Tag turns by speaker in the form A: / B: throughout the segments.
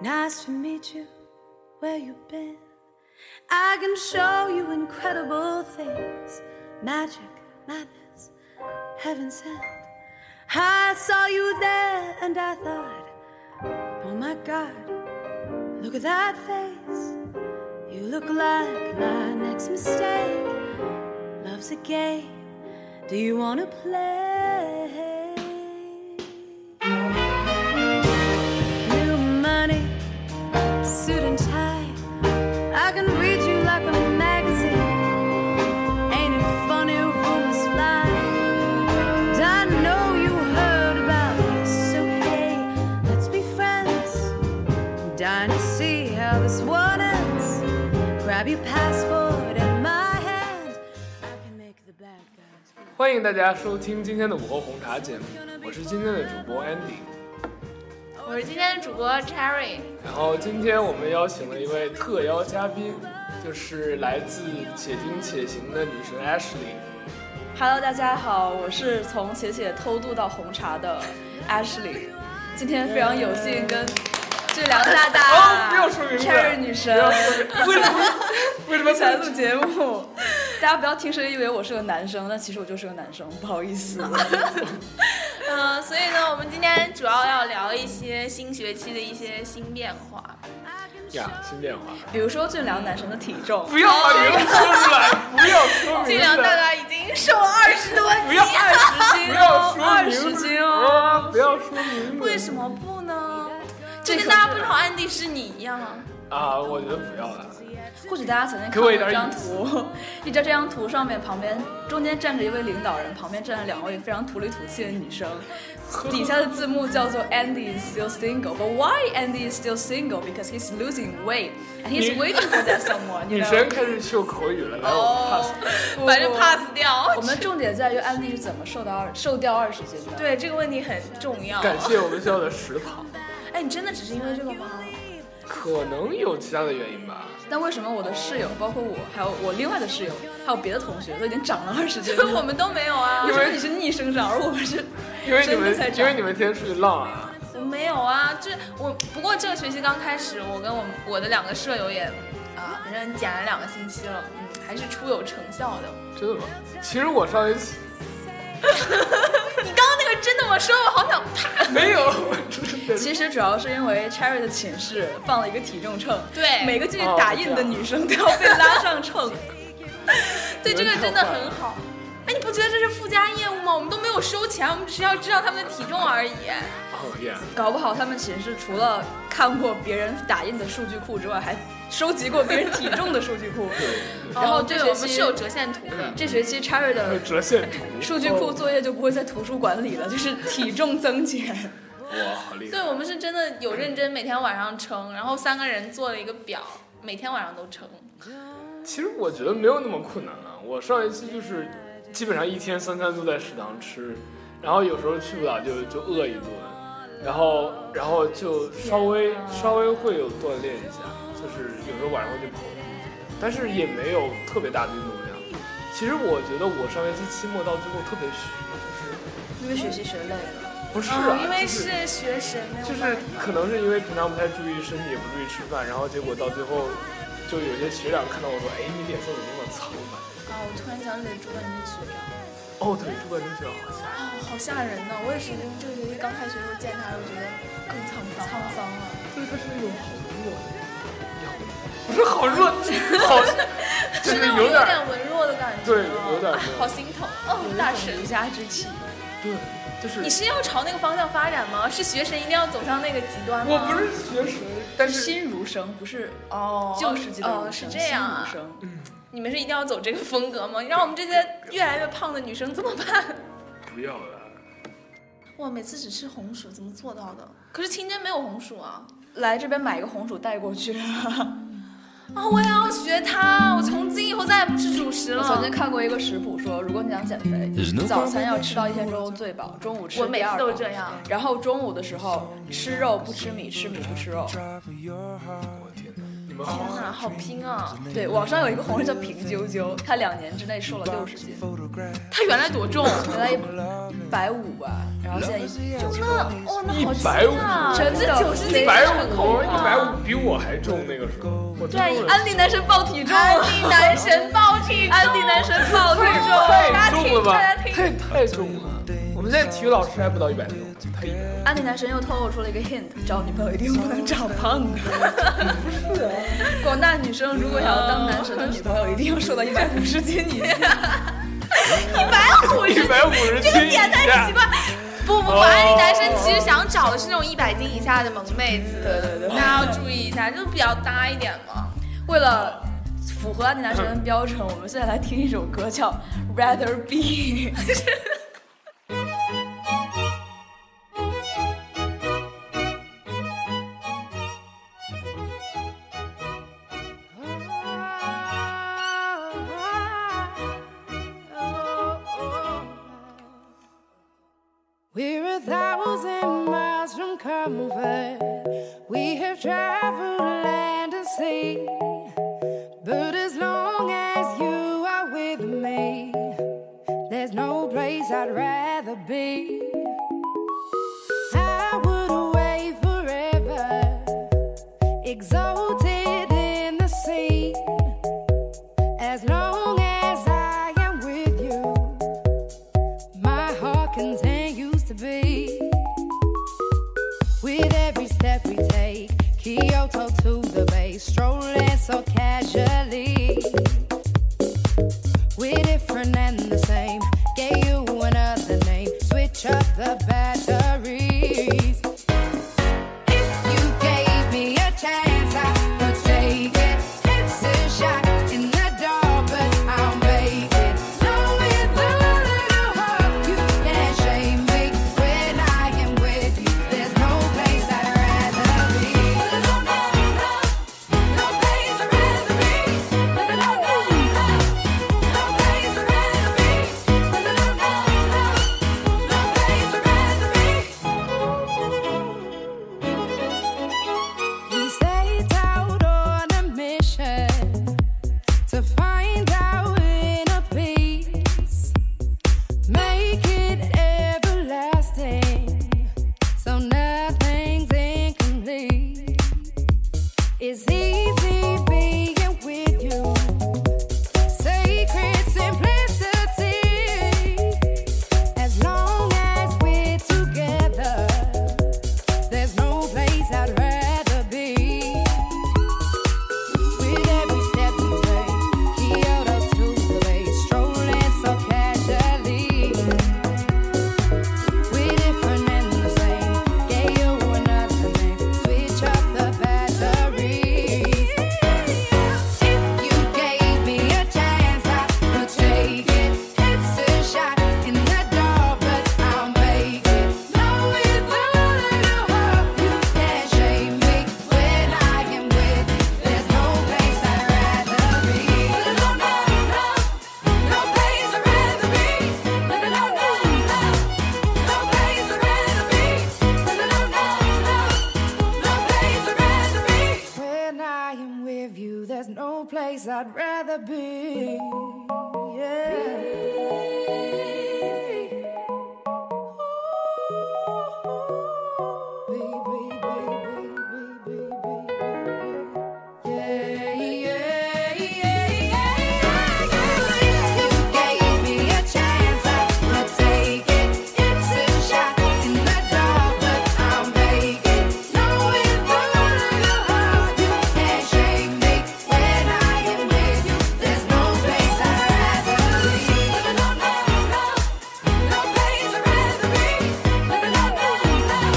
A: Nice to meet you. Where you been? I can show you incredible things. Magic, madness, heaven sent. I saw you there and I thought, oh my god, look at that face. You look like my next mistake. Love's a game. Do you wanna play? New money, suit and tie. I can read you like a magazine. Ain't it funny rumors fly? And I know you heard about me, so hey, let's be friends. Dying to see how this one ends. Grab your passport and my hand. I can make the bad guys.
B: 欢迎大家收听今天的午后红茶节目，我是今天的主播 Andy。
C: 我是今天的主播 Cherry，
B: 然后今天我们邀请了一位特邀嘉宾，就是来自且听且行的女神 Ashley。
D: Hello，大家好，我是从且且偷渡到红茶的 Ashley，今天非常有幸跟这梁大
B: 哦，
D: 大、
C: 啊
B: 不要说名字
D: Cherry 女神
B: 不要说名字为什么？为什么
D: 一起来录节目。大家不要听谁以为我是个男生，但其实我就是个男生，不好意思。
C: 嗯、所以呢，我们今天主要要聊一些新学期的一些新变化。
B: 呀？新变化，
D: 比如说俊良男神的体重，
B: 不要把名字说出来，不要说名字，
C: 俊良大大已经瘦了二十多
B: 不要
C: 斤，
B: 二十
D: 斤
B: 不
D: 哦
B: 要说名字
D: 20斤哦
B: 啊不要说名字
C: 为什么不呢？就跟大家不知道安迪是你一样啊。
B: 啊？我觉得不要了。
D: 或许大家曾经
B: 给
D: 看
B: 我
D: 过
B: 一
D: 一
B: 点
D: 张
B: 意
D: 图， 一张这张图上面旁边中间站着一位领导人，旁边站着两位非常土里土气的女 生，底下的字幕叫做 Andy is still single, but why Andy is still single? Because he's losing weight and he's
B: 女
D: waiting for that someone.
B: 女
D: you know？
B: 神开始秀口语了，来，我们 pass
C: 哦。，反正
D: 不
C: pass 掉。
D: 我们重点在于安迪是怎么瘦到二瘦掉二十斤的。，
C: 对这个问题很重要。
B: 感谢我们学校的食堂，
C: 哎，你真的只是因为这个吗？
B: 可能有其他的原因吧。
D: 但为什么我的室友，包括我，还有我另外的室友，还有别的同学，都已经长了二十斤了？
C: 我们都没有啊
D: 为，什么你是逆生长，而我们是
B: 因为你
D: 真的才
B: 们，
D: 长
B: 因为你们天天出去浪啊，
C: 我没有啊。这我不过这个学期刚开始，我跟我们我的两个舍友也啊，反正减了两个星期了，嗯，还是初有成效的。
B: 真的吗？其实我上一 次
C: 你刚刚那个真那么说，我好想啪！
B: 没有，我 真的
D: 其实主要是因为 Cherry 的寝室放了一个体重秤，
C: 对
D: 每个进去打印的女生都要被拉上秤。
C: 对，这个真的很好。哎，你不觉得这是附加业务吗？我们都没有收钱，我们只是要知道他们的体重而已。
B: 讨厌。
D: 搞不好他们寝室除了看过别人打印的数据库之外，还收集过别人体重的数据库。 然后
C: 哦
D: 这
C: 对
D: 学期嗯
C: 我们是有折线图的。
D: 这学期 Cherry 的
B: 会折线图，
D: 数据库作业就不会在图书馆里了，就是体重增减。
B: 哇，好厉
C: 对，
B: 害！
C: 我们是真的有认真每天晚上称，然后三个人做了一个表，每天晚上都称。
B: 其实我觉得没有那么困难啊。我上一次就是基本上一天三餐都在食堂吃，然后有时候去不了就就饿一顿，然后然后就稍微稍微会有锻炼一下，就是有时候晚上会去跑步，但是也没有特别大的运动量。其实我觉得我上一次期末到最后特别虚，就是
D: 因为学习学累了，
B: 不是啊，
C: 哦因为
B: 就是
C: 学神，没有
B: 就是可能是因为平常不太注意身体，也不注意吃饭，然后结果到最后，就有些学长看到我说：“哎，你脸色怎么那么苍白
C: 啊，我突然想起来朱冠军学长，？”
B: 哦，对，主管真学长好吓人。
C: 啊，好吓人呐！我也是这个学期刚开学的时候见他，我觉得更沧桑，沧桑了。
B: 对，他是那种好弱的，不是好 弱，好，就
C: 真
B: 是
C: 的
B: 有
C: 有
B: 点儿
C: 点文弱的感觉，
B: 对有点儿
C: 啊好嗯心疼。哦，大神，
D: 儒家之气。
B: 对，就是
C: 你是要朝那个方向发展吗？是学神一定要走向那个极端吗？
B: 我不是学神，但是
D: 心如生，不是
C: 哦，
D: 旧世纪的儒
C: 哦，是
D: 生，
C: 这样啊
D: 心。如生。
B: 嗯
C: 你们是一定要走这个风格吗？你让我们这些越来越胖的女生怎么办？
B: 不要了。
C: 哇，每次只吃红薯，怎么做到的？可是清真没有红薯啊！
D: 来这边买一个红薯带过去。
C: 啊，我也要学他，我从今以后再也不吃主食
D: 我
C: 了。
D: 曾
E: 嗯
D: 经看过一个食谱说，如果你想减肥
F: There's，no
D: 早餐要吃到一天中最饱，中午吃
C: 我每
D: 第
C: 次
D: 二
C: 都
D: 饱
C: 这样
D: 然后中午的时候吃肉不吃米，吃米不吃肉。
B: 我天哪，你们好，
C: 天哪，好拼啊！
D: 对，网上有一个红人叫平啾啾，他两年之内瘦了六十斤，
C: 他原来多重？
D: 原来一百五吧，然后现在九十
C: 那哇，那好轻啊！
B: 150
D: 真的
C: 这九十斤
B: 一百
C: 很
B: 五，
C: 恐
B: 一
C: 怖
B: 百
C: 啊！
B: 五比我还重那个时候，我真
D: 对，
B: 的
D: 安迪男神爆体重，安迪
C: 男神 抱体重，
D: 男神爆体重，
B: 太重了吧
C: 啊大家，听
B: 太太重了。我们现在体育老师还不到一百重，他一百
D: 安迪男神又透露出了一个 hint，找女朋友一定不能
C: 嗯
D: 找胖子。广大女生如果想要当男神的女朋友，一定要瘦到一百五十斤 以下。
B: 五，一百五十斤以
C: 点太
B: 下哦
C: 奇。怪。不不不，安利男生其实想找的是那种一百斤以下的萌妹子，对对对，大家要注意一下，就是比较搭一点嘛。
D: 为了符合安迪男神的标准，我们现在来听一首歌叫《Rather Be》。
F: We're a thousand miles from comfort. We have traveled land and sea. But as long as you are with me, there's no place I'd rather be. I would away forever, exalted in the sea. As long as I am with you, my heart continues to be. With every step we take, Kyoto to the bay, strolling so casually. We're different and the same. Gave you another name, switch up the batteries. If you gave me a chance, I would take it. It's a shot in the dark, but I'll make it. Knowing the little hope you can't shame me when I am with you. There's no place I'd rather be. No, no, no, no place I'd rather be. No, no, no, no, no place I'd rather be. No, no, no, no, no place I'd rather be. We set out on a mission to find our inner peace, make it everlasting, so nothing's incomplete. It's easy being with you, sacred simplicity. As long as we're together. There's no place I'd rather be. With every step we take, Kyoto to the bay, strolling so casually. We're different and the same. Gave you another name, switch up the batteries. If you gave me a chance, I would take it. It's a shot in the dark, but I'll make it. Knowing the little hope you can shame me when I am with you. There's no place I'd rather be. No, no, no, no place I'd rather be. No, no, no, no, no place I'd rather be. No, no, no, no, no place I'd rather be. When I am with you, there's no place I'd rather be. Yeah. There's no place I'd rather be. No place I'd rather be. No, no, no, no.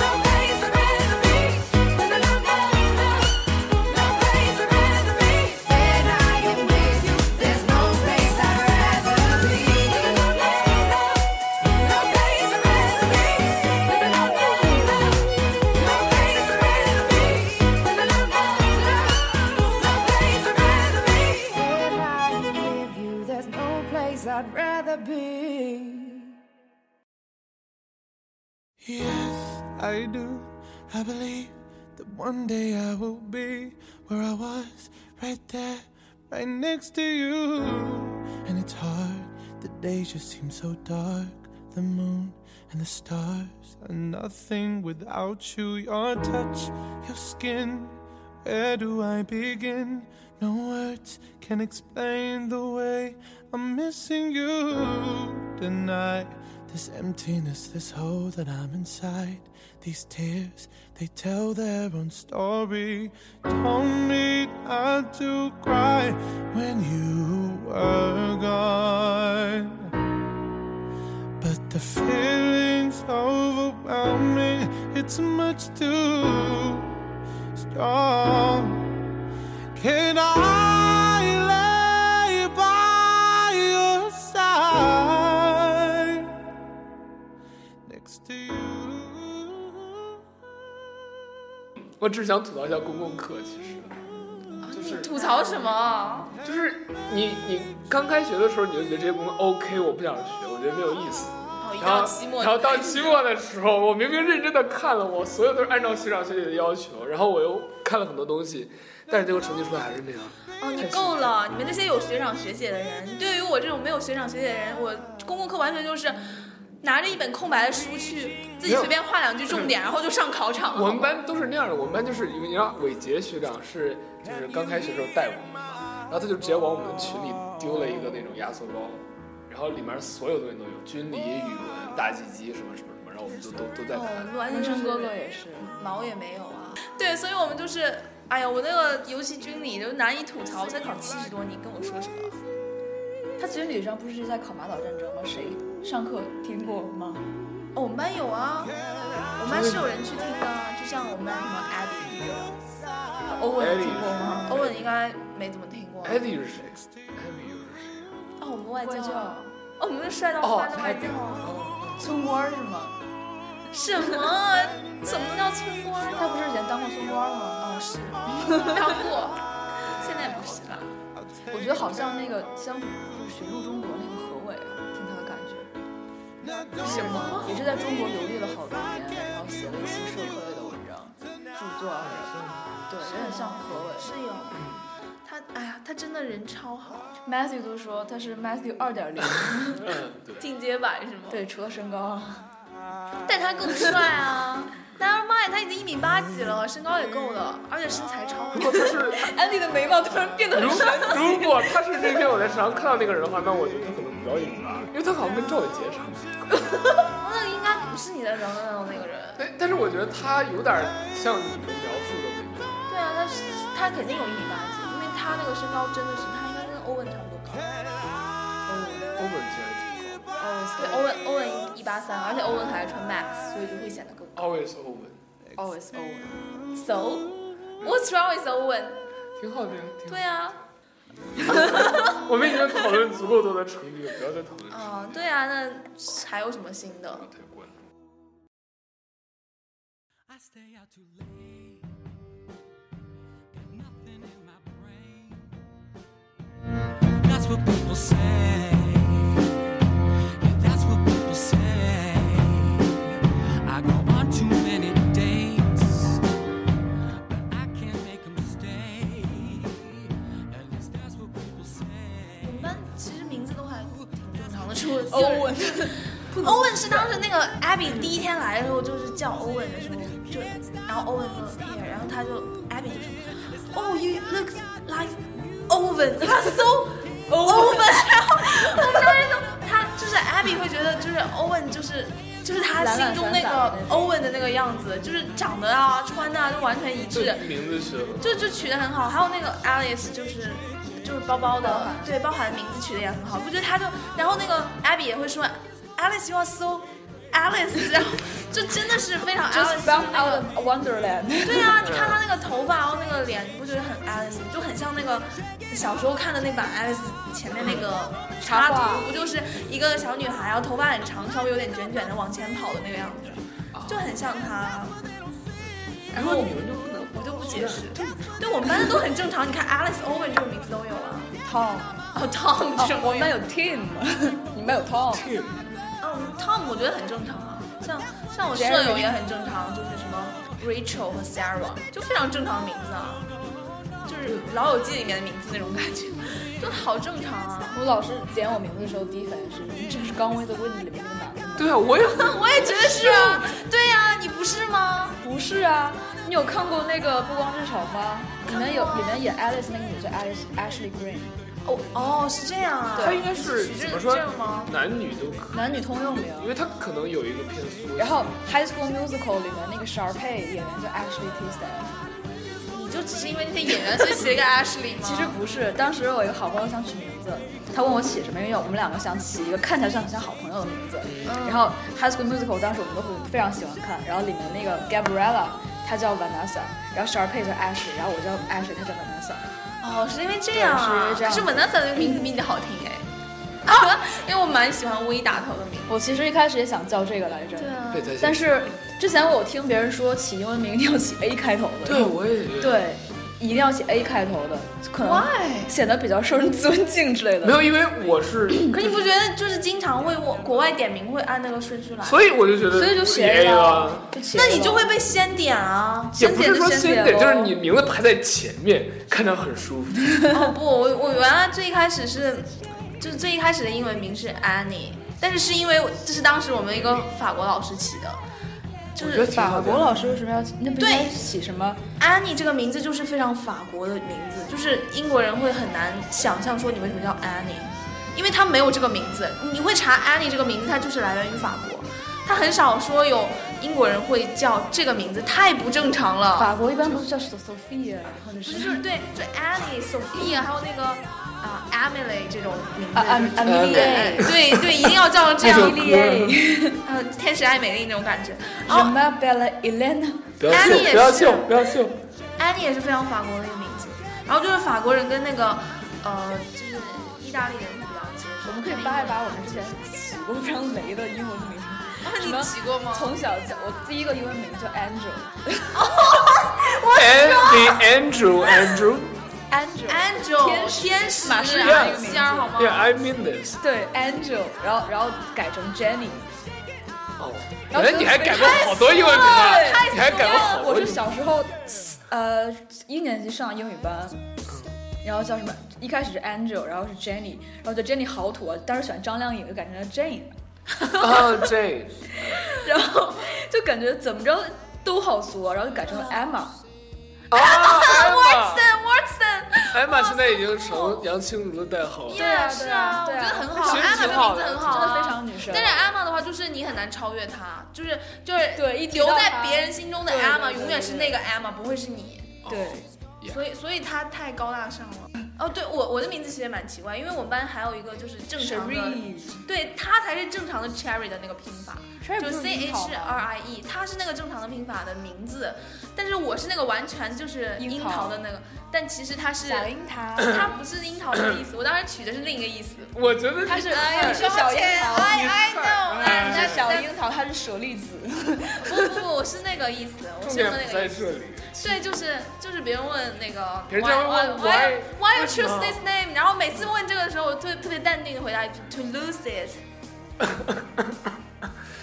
F: No place I'd rather be. No, no, no, no. No place I'd rather be. When I am with you, there's no place I'd rather be. No, no, no, no. No place I'd rather be. No, no, no, no. No place I'd rather be. No, no, no, no. No place I'd rather be. When I am with you, there's no place I'd rather be.
G: Yes, I do. I believe that one day I will be where I was, right there, right next to you. And it's hard, the days just seem so dark. The moon and the stars are nothing without you. Your touch, your skin, where do I begin? No words can explain the way I'm missing you. Deny this emptiness, this hole that I'm inside. These tears, they tell their own story. Don't need not to cry when you were gone. But the feeling's overwhelming, it's much too strong. Can I lay by your side next to you?
B: 我只是想吐槽一下公共课，其实就是
C: 吐槽什么？
B: 就是你你刚开学的时候，你就觉得这些功课 OK，我不想学，我觉得没有意思。
C: 哦，一
B: 然后
C: 到期末，
B: 然后到期末的时候，我明明认真的看了，我所有都是按照学长学姐的要求，然后我又看了很多东西，但是结果成绩出来还是那样。
C: 哦，你够了！你们这些有学长学姐的人，对于我这种没有学长学姐的人，我公共课完全就是拿着一本空白的书去自己随便画两句重点，然后就上考场了。
B: 我们班都是那样的，我们班就是你知道伟杰学长是就是刚开学的时候带我们嘛，然后他就直接往我们群里丢了一个那种压缩包，然后里面所有东西都有，军理、语文、大几机什么什么什么，然后我们就都都在
C: 哦，我
B: 看。
C: 们完全
D: 文
C: 就是
D: 成哥哥也是，
C: 毛也没有啊。对，所以我们就是，哎呀，我那个尤其军理就难以吐槽，我才考七十多，你跟我说什么？
D: 他其实理上不是在考马岛战争吗？谁上课听过吗？
C: 哦，我们班有啊，我们班是有人去听的啊，就像我们班什么 Abby、
D: 欧文听过吗？
C: 欧文应该没怎么听过。
B: 艾迪是谁？艾迪又是谁？
C: 哦，我们外
D: 外
C: 教
D: 教
C: 啊，哦，我们帅到
B: 哦
C: 发的，
B: 艾
C: 外
B: 迪
C: 教。。
D: 村官是吗？
C: 什么？怎么能叫村官呢？
D: 他不是以前当过村官吗？
C: 哦是，当过，现在不是了。
D: 我觉得好像那个相就是寻路中国那个何伟，听他的感觉，
C: 什么？
D: 也是在中国游历了好多年，然后写了一些社科类的文章、著作啊什么的，对，有点像何伟。
C: 是有。他哎呀，他真的人超好，
D: Matthew 都说他是 Matthew 二点零，
B: 嗯，对。
C: 进阶版是吗？，
D: 对，除了身高，
C: 但他更帅 啊。但是妈呀，他已经一米八几了，身高也够了，而且身材超好。
B: 如果他是，
D: 安迪的眉毛突然变得
B: 如
D: 很
B: 果
D: 深。
B: 如果他是那天我在食堂看到那个人的话，那我觉得他可能比较隐吧，因为他好像跟赵伟杰差不多。
C: 那应该不是你在聊的那个人。
B: 但但是我觉得他有点像你们描述的那种，
C: 对啊，他是他肯定有一米八几，因为他那个身高真的是，他应该跟欧文差不多高。
B: 欧文竟然挺高
C: 对，欧文欧文一八三，而且欧文还是穿 Max，所以就会显得更高。
B: ，always 欧文，
D: Always Owen。
C: So what's wrong with 欧文？
B: 挺好的呀，挺好
C: 对啊，
B: 的。我们已经讨论足够多的成语，不要再讨论成
C: 啊、对啊，那还有什么新的？
B: 语太过了。
E: I stay out too late. Got nothing in my brain. That's what people say. Yeah, that's what people say. I go on too many dates, but I can't make 'em stay. At least that's what people say.
C: 我们班其实名字都还挺正常的，除了
D: 哦
C: 欧文。 欧文是当时那个 Abby 第一天来的时候，就是叫欧文的时候，就然后欧文说 here，然后他就 Abby 就说，Oh you look like Owen，他 so Owen，然 后我们当时就他就是 Abby 会觉得就是 Owen 就是。就是他
D: 懒
C: 心
D: 懒散散
C: 中那个
D: 的那种
C: Owen 的那个样子，就是长得啊、穿的啊，就完全一致。
B: 这名字学的，
C: 就就取得很好，还有那个 Alice 就是就是包包的，
D: 包涵
C: 对包涵的名字取得也很好，不觉得他就，然后那个 Abby 也会说 Alice you are so Alice，然后就真的是非常 Alice，
D: Just
C: 的
D: back
C: 那
D: out
C: 个
D: of Wonderland。
C: 对啊，你看他那个头发，然后那个脸，你不觉得很 Alice，吗就很像那个小时候看的那版 Alice 前面那个插
D: 插画
C: 图，不就是一个小女孩，然后头发很长，稍微有点卷卷的往前跑的那个样子，就很像她。然后
B: 哦你们就不能
C: 我就不解释。对我们班的都很正常，你看 Alice Owen 这种名字都有啊。
D: Tom，
C: 哦，Tom 这
D: 哦
C: 种
D: 我们班
C: 有。
D: 有 Tim，你们班有 Tom。
B: Tim，
C: 嗯，Tom 我觉得很正常啊，像像我舍友也很正常，就是什么
E: Rachel 和 Sarah，就非常正常的名字啊，就是《老友记》里面的名字那种感觉，就好正常啊。
C: 我老师点我名字的时候，第一反应是你这不是《Gone with the Wind》里面那个男的吗？
B: 对啊，我 也
E: 我也觉得是啊，对呀、你不是吗？
C: 不是啊，你有看过那个《不光日常》吗？里面有里面演 Alice 那个女的叫 Alice Ashley Green，
E: 啊哦哦，是这样啊。
B: 他应该是
E: 徐
B: 怎
E: 志
B: 么说
E: 这样吗？
B: 男女都可，
C: 男女通用名。
B: 因为他可能有一个偏缩。
C: 然后《High School Musical》里面那个 Sharpay 演员叫 Ashley Tisdale，
E: 你就只是因为那些演员所以起了一个 Ashley 吗？
C: 其实不是，当时我有一个好朋友想取名字，他问我起什么，因为我们两个想起一个看起来像像好朋友的名字。
E: 嗯
C: 然后《High School Musical》当时我们都会非常喜欢看，然后里面那个 Gabriella 她叫 Vanessa，然后 Sharpay 叫 Ashley，然后我叫 Ashley，她叫 Vanessa。
E: 哦，是因为这样
C: 对是因
E: 啊
C: 为。这样
E: 可是 Vanessa 的名字比你的好听哎，啊， 因为我蛮喜欢 V 打头的名字。
C: 我其实一开始也想叫这个来着，
E: 啊
B: 对，才
C: 但是之前我有听别人说起英文名一定要起 A 开头的，
B: 对我也觉得
C: 对，一定要起 A 开头的，可能
E: Why？
C: 显得比较受人尊敬之类的。
B: 没有，因为我是，
E: 可你不觉得就是经常会我国外点名会按那个顺序来？
B: 所以我就觉得啊
C: 所以就
B: 写
C: 写
B: A 了。
C: 了，
E: 那你就会被先 点啊！
B: 也不是说
C: 先
B: 先
C: 点
B: 点，
C: 咯
B: 就是你名字排在前面，看着很舒服。
E: 哦不，我我原来最一开始是，就是最一开始的英文名是 Annie，但是是因为我这是当时我们一个法国老师起的，就
B: 我觉得
E: 是
B: 挺
C: 法
B: 好的
C: 国老师为什么要起那不应该
E: 对
C: 起什么？
E: Annie 这个名字就是非常法国的名字，就是英国人会很难想象说你为什么叫 Annie，因为他没有这个名字。你会查 Annie 这个名字，它就是来源于法国，他很少说有英国人会叫这个名字，太不正常了。
C: 法国一般不是叫 Sophia，或者
E: 不
C: 是
E: 是，就是对，就 Annie、Sophia，还有那个啊、Emily 这种名字，
C: 啊啊
E: 就是
B: 哎
C: Amelia
E: 对对，一定要叫成这
B: 那
E: 样
B: 首，
E: 呃，天使爱美丽那种感觉。然后
C: Jamabella Elena，
B: 不要秀，
E: 安利也
B: 不要
E: 是
B: 秀，不要秀。
E: Annie 也是非常法国的一个名字，然后就是法国人跟那个呃，就是意大利人会比较接受。
C: 我们可以扒一扒我们 之前起过非常雷的英文名。什么
E: 你起过吗？
C: 从小叫我第一个英文名叫 Angel，Angel
B: And the Andrew Andrew,
E: Angel
C: 天使
E: 天使
C: 马世
E: 啊
B: 阳
E: 那个仙儿好吗
B: yeah, I mean this.
C: 对 Angel，然后然后改成 Jenny，
B: 哦，
C: 然后
B: 原来
C: 觉得
B: 你还改过
C: 太
B: 好多英文名啊
C: 太死！
B: 你还改过
E: 哦
B: 好
C: 我
B: 多英
C: 是
B: 文。
C: 小时候，呃，一年级上英语班，然后叫什么？一开始是 Angel，然后是 Jenny，然后觉得 Jenny 好土啊，当时喜欢张靓颖，就改成了 Jane，
B: 哦，Jane，
C: 然后就感觉怎么着都好俗啊，然后就改成
E: 嗯
C: 了 Emma。
B: 哦，Emma，Emma
E: Watson，
B: 现在已经成杨清如的代号了。
E: 对啊是啊，我
C: 对
E: 觉
C: 啊
E: 得很好
B: 其实
E: ，Emma 的
B: 挺好
E: 名字
B: 的
E: 很好
C: 真
E: 啊，
C: 的非常女生
E: 但是 Emma 的话，就是你很难超越她，就是就是
C: 对一提
E: 留
C: 到
E: 在
C: 她
E: 别人心中的
C: 对对
E: Emma，
C: 对
E: 永远是
C: 对
E: 那个 Emma，不会是你。
C: 对，
B: Yeah
E: 所以，所以她太高大上了。哦，对我我的名字其实蛮奇怪，因为我们班还有一个就是正常的，
C: Sherry，
E: 对她才是正常的 Cherry 的那个拼法，
C: Cherry
E: 就
C: 不是
E: C
C: 樱桃
E: H
C: 吗
E: R I E，她是那个正常的拼法的名字，但是我是那个完全就是
C: 樱
E: 樱
C: 桃
E: 桃的那个，但其实她是
C: 小樱桃，
E: 她不是樱桃的意思，我当时取的是另一个意思。
B: 我觉得
C: 她是
E: 哎呀哎
C: 她是小樱桃，
E: I- I
C: 女
E: know，
C: 人家
E: I-
C: 小樱桃，她是舍利子。
E: 哎不不，我是那个意思，我
B: 重
E: 是
B: 点
E: 那
B: 不
E: 个
B: 在
E: 意思。
B: 这里。
E: 对，就是就是别人问那个
B: 别人这样问
E: why
B: why-
E: why you
B: 为什么
E: choose this name，然后每次问这个的时候，我特特别淡定的回答一句 to lose it。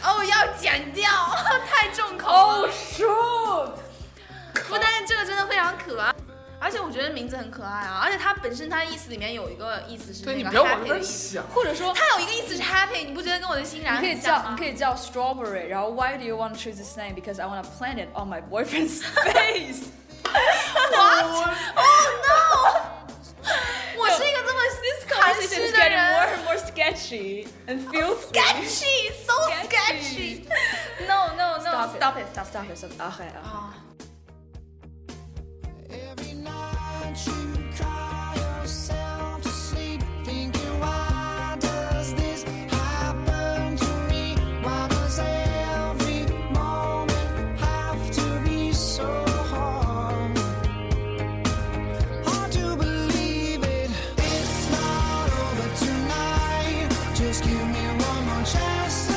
E: 哦，要剪掉， 太重口了。
C: shoot！
E: 不，但是这个真的非常可爱，而且我觉得名字很可爱啊，而且它本身它意思里面有一个意思是
B: 对
E: 那
B: 你
E: 个
B: 不要往
E: happy
B: 那
E: 的
B: 边
E: 意思，
B: 想。
C: 或者说。
E: 它有一个意思是 happy，你不觉得跟我的欣然
C: 你可以
E: 很像
C: 叫，你
E: 吗
C: 可？以叫 strawberry，然后 Why do you want to choose this name? Because I want to plant it on my boyfriend's face.
E: 我是一个这么
C: This
E: 含
C: conversation
E: 蓄
C: is
E: 的
C: getting more
E: 人。
C: and more sketchy and feels
E: sketchy, so
C: Sketchy.
E: sketchy. No, no, no.
C: Stop it.
E: Stop it, stop it.
C: Stop yourself. Okay. okay.
E: Ah.
G: Every night you cry yourself to sleep, thinking, why does this happen to me? Why does every moment have to be so hard? Hard to believe it. It's not over tonight. Just give me one more chance. Oh,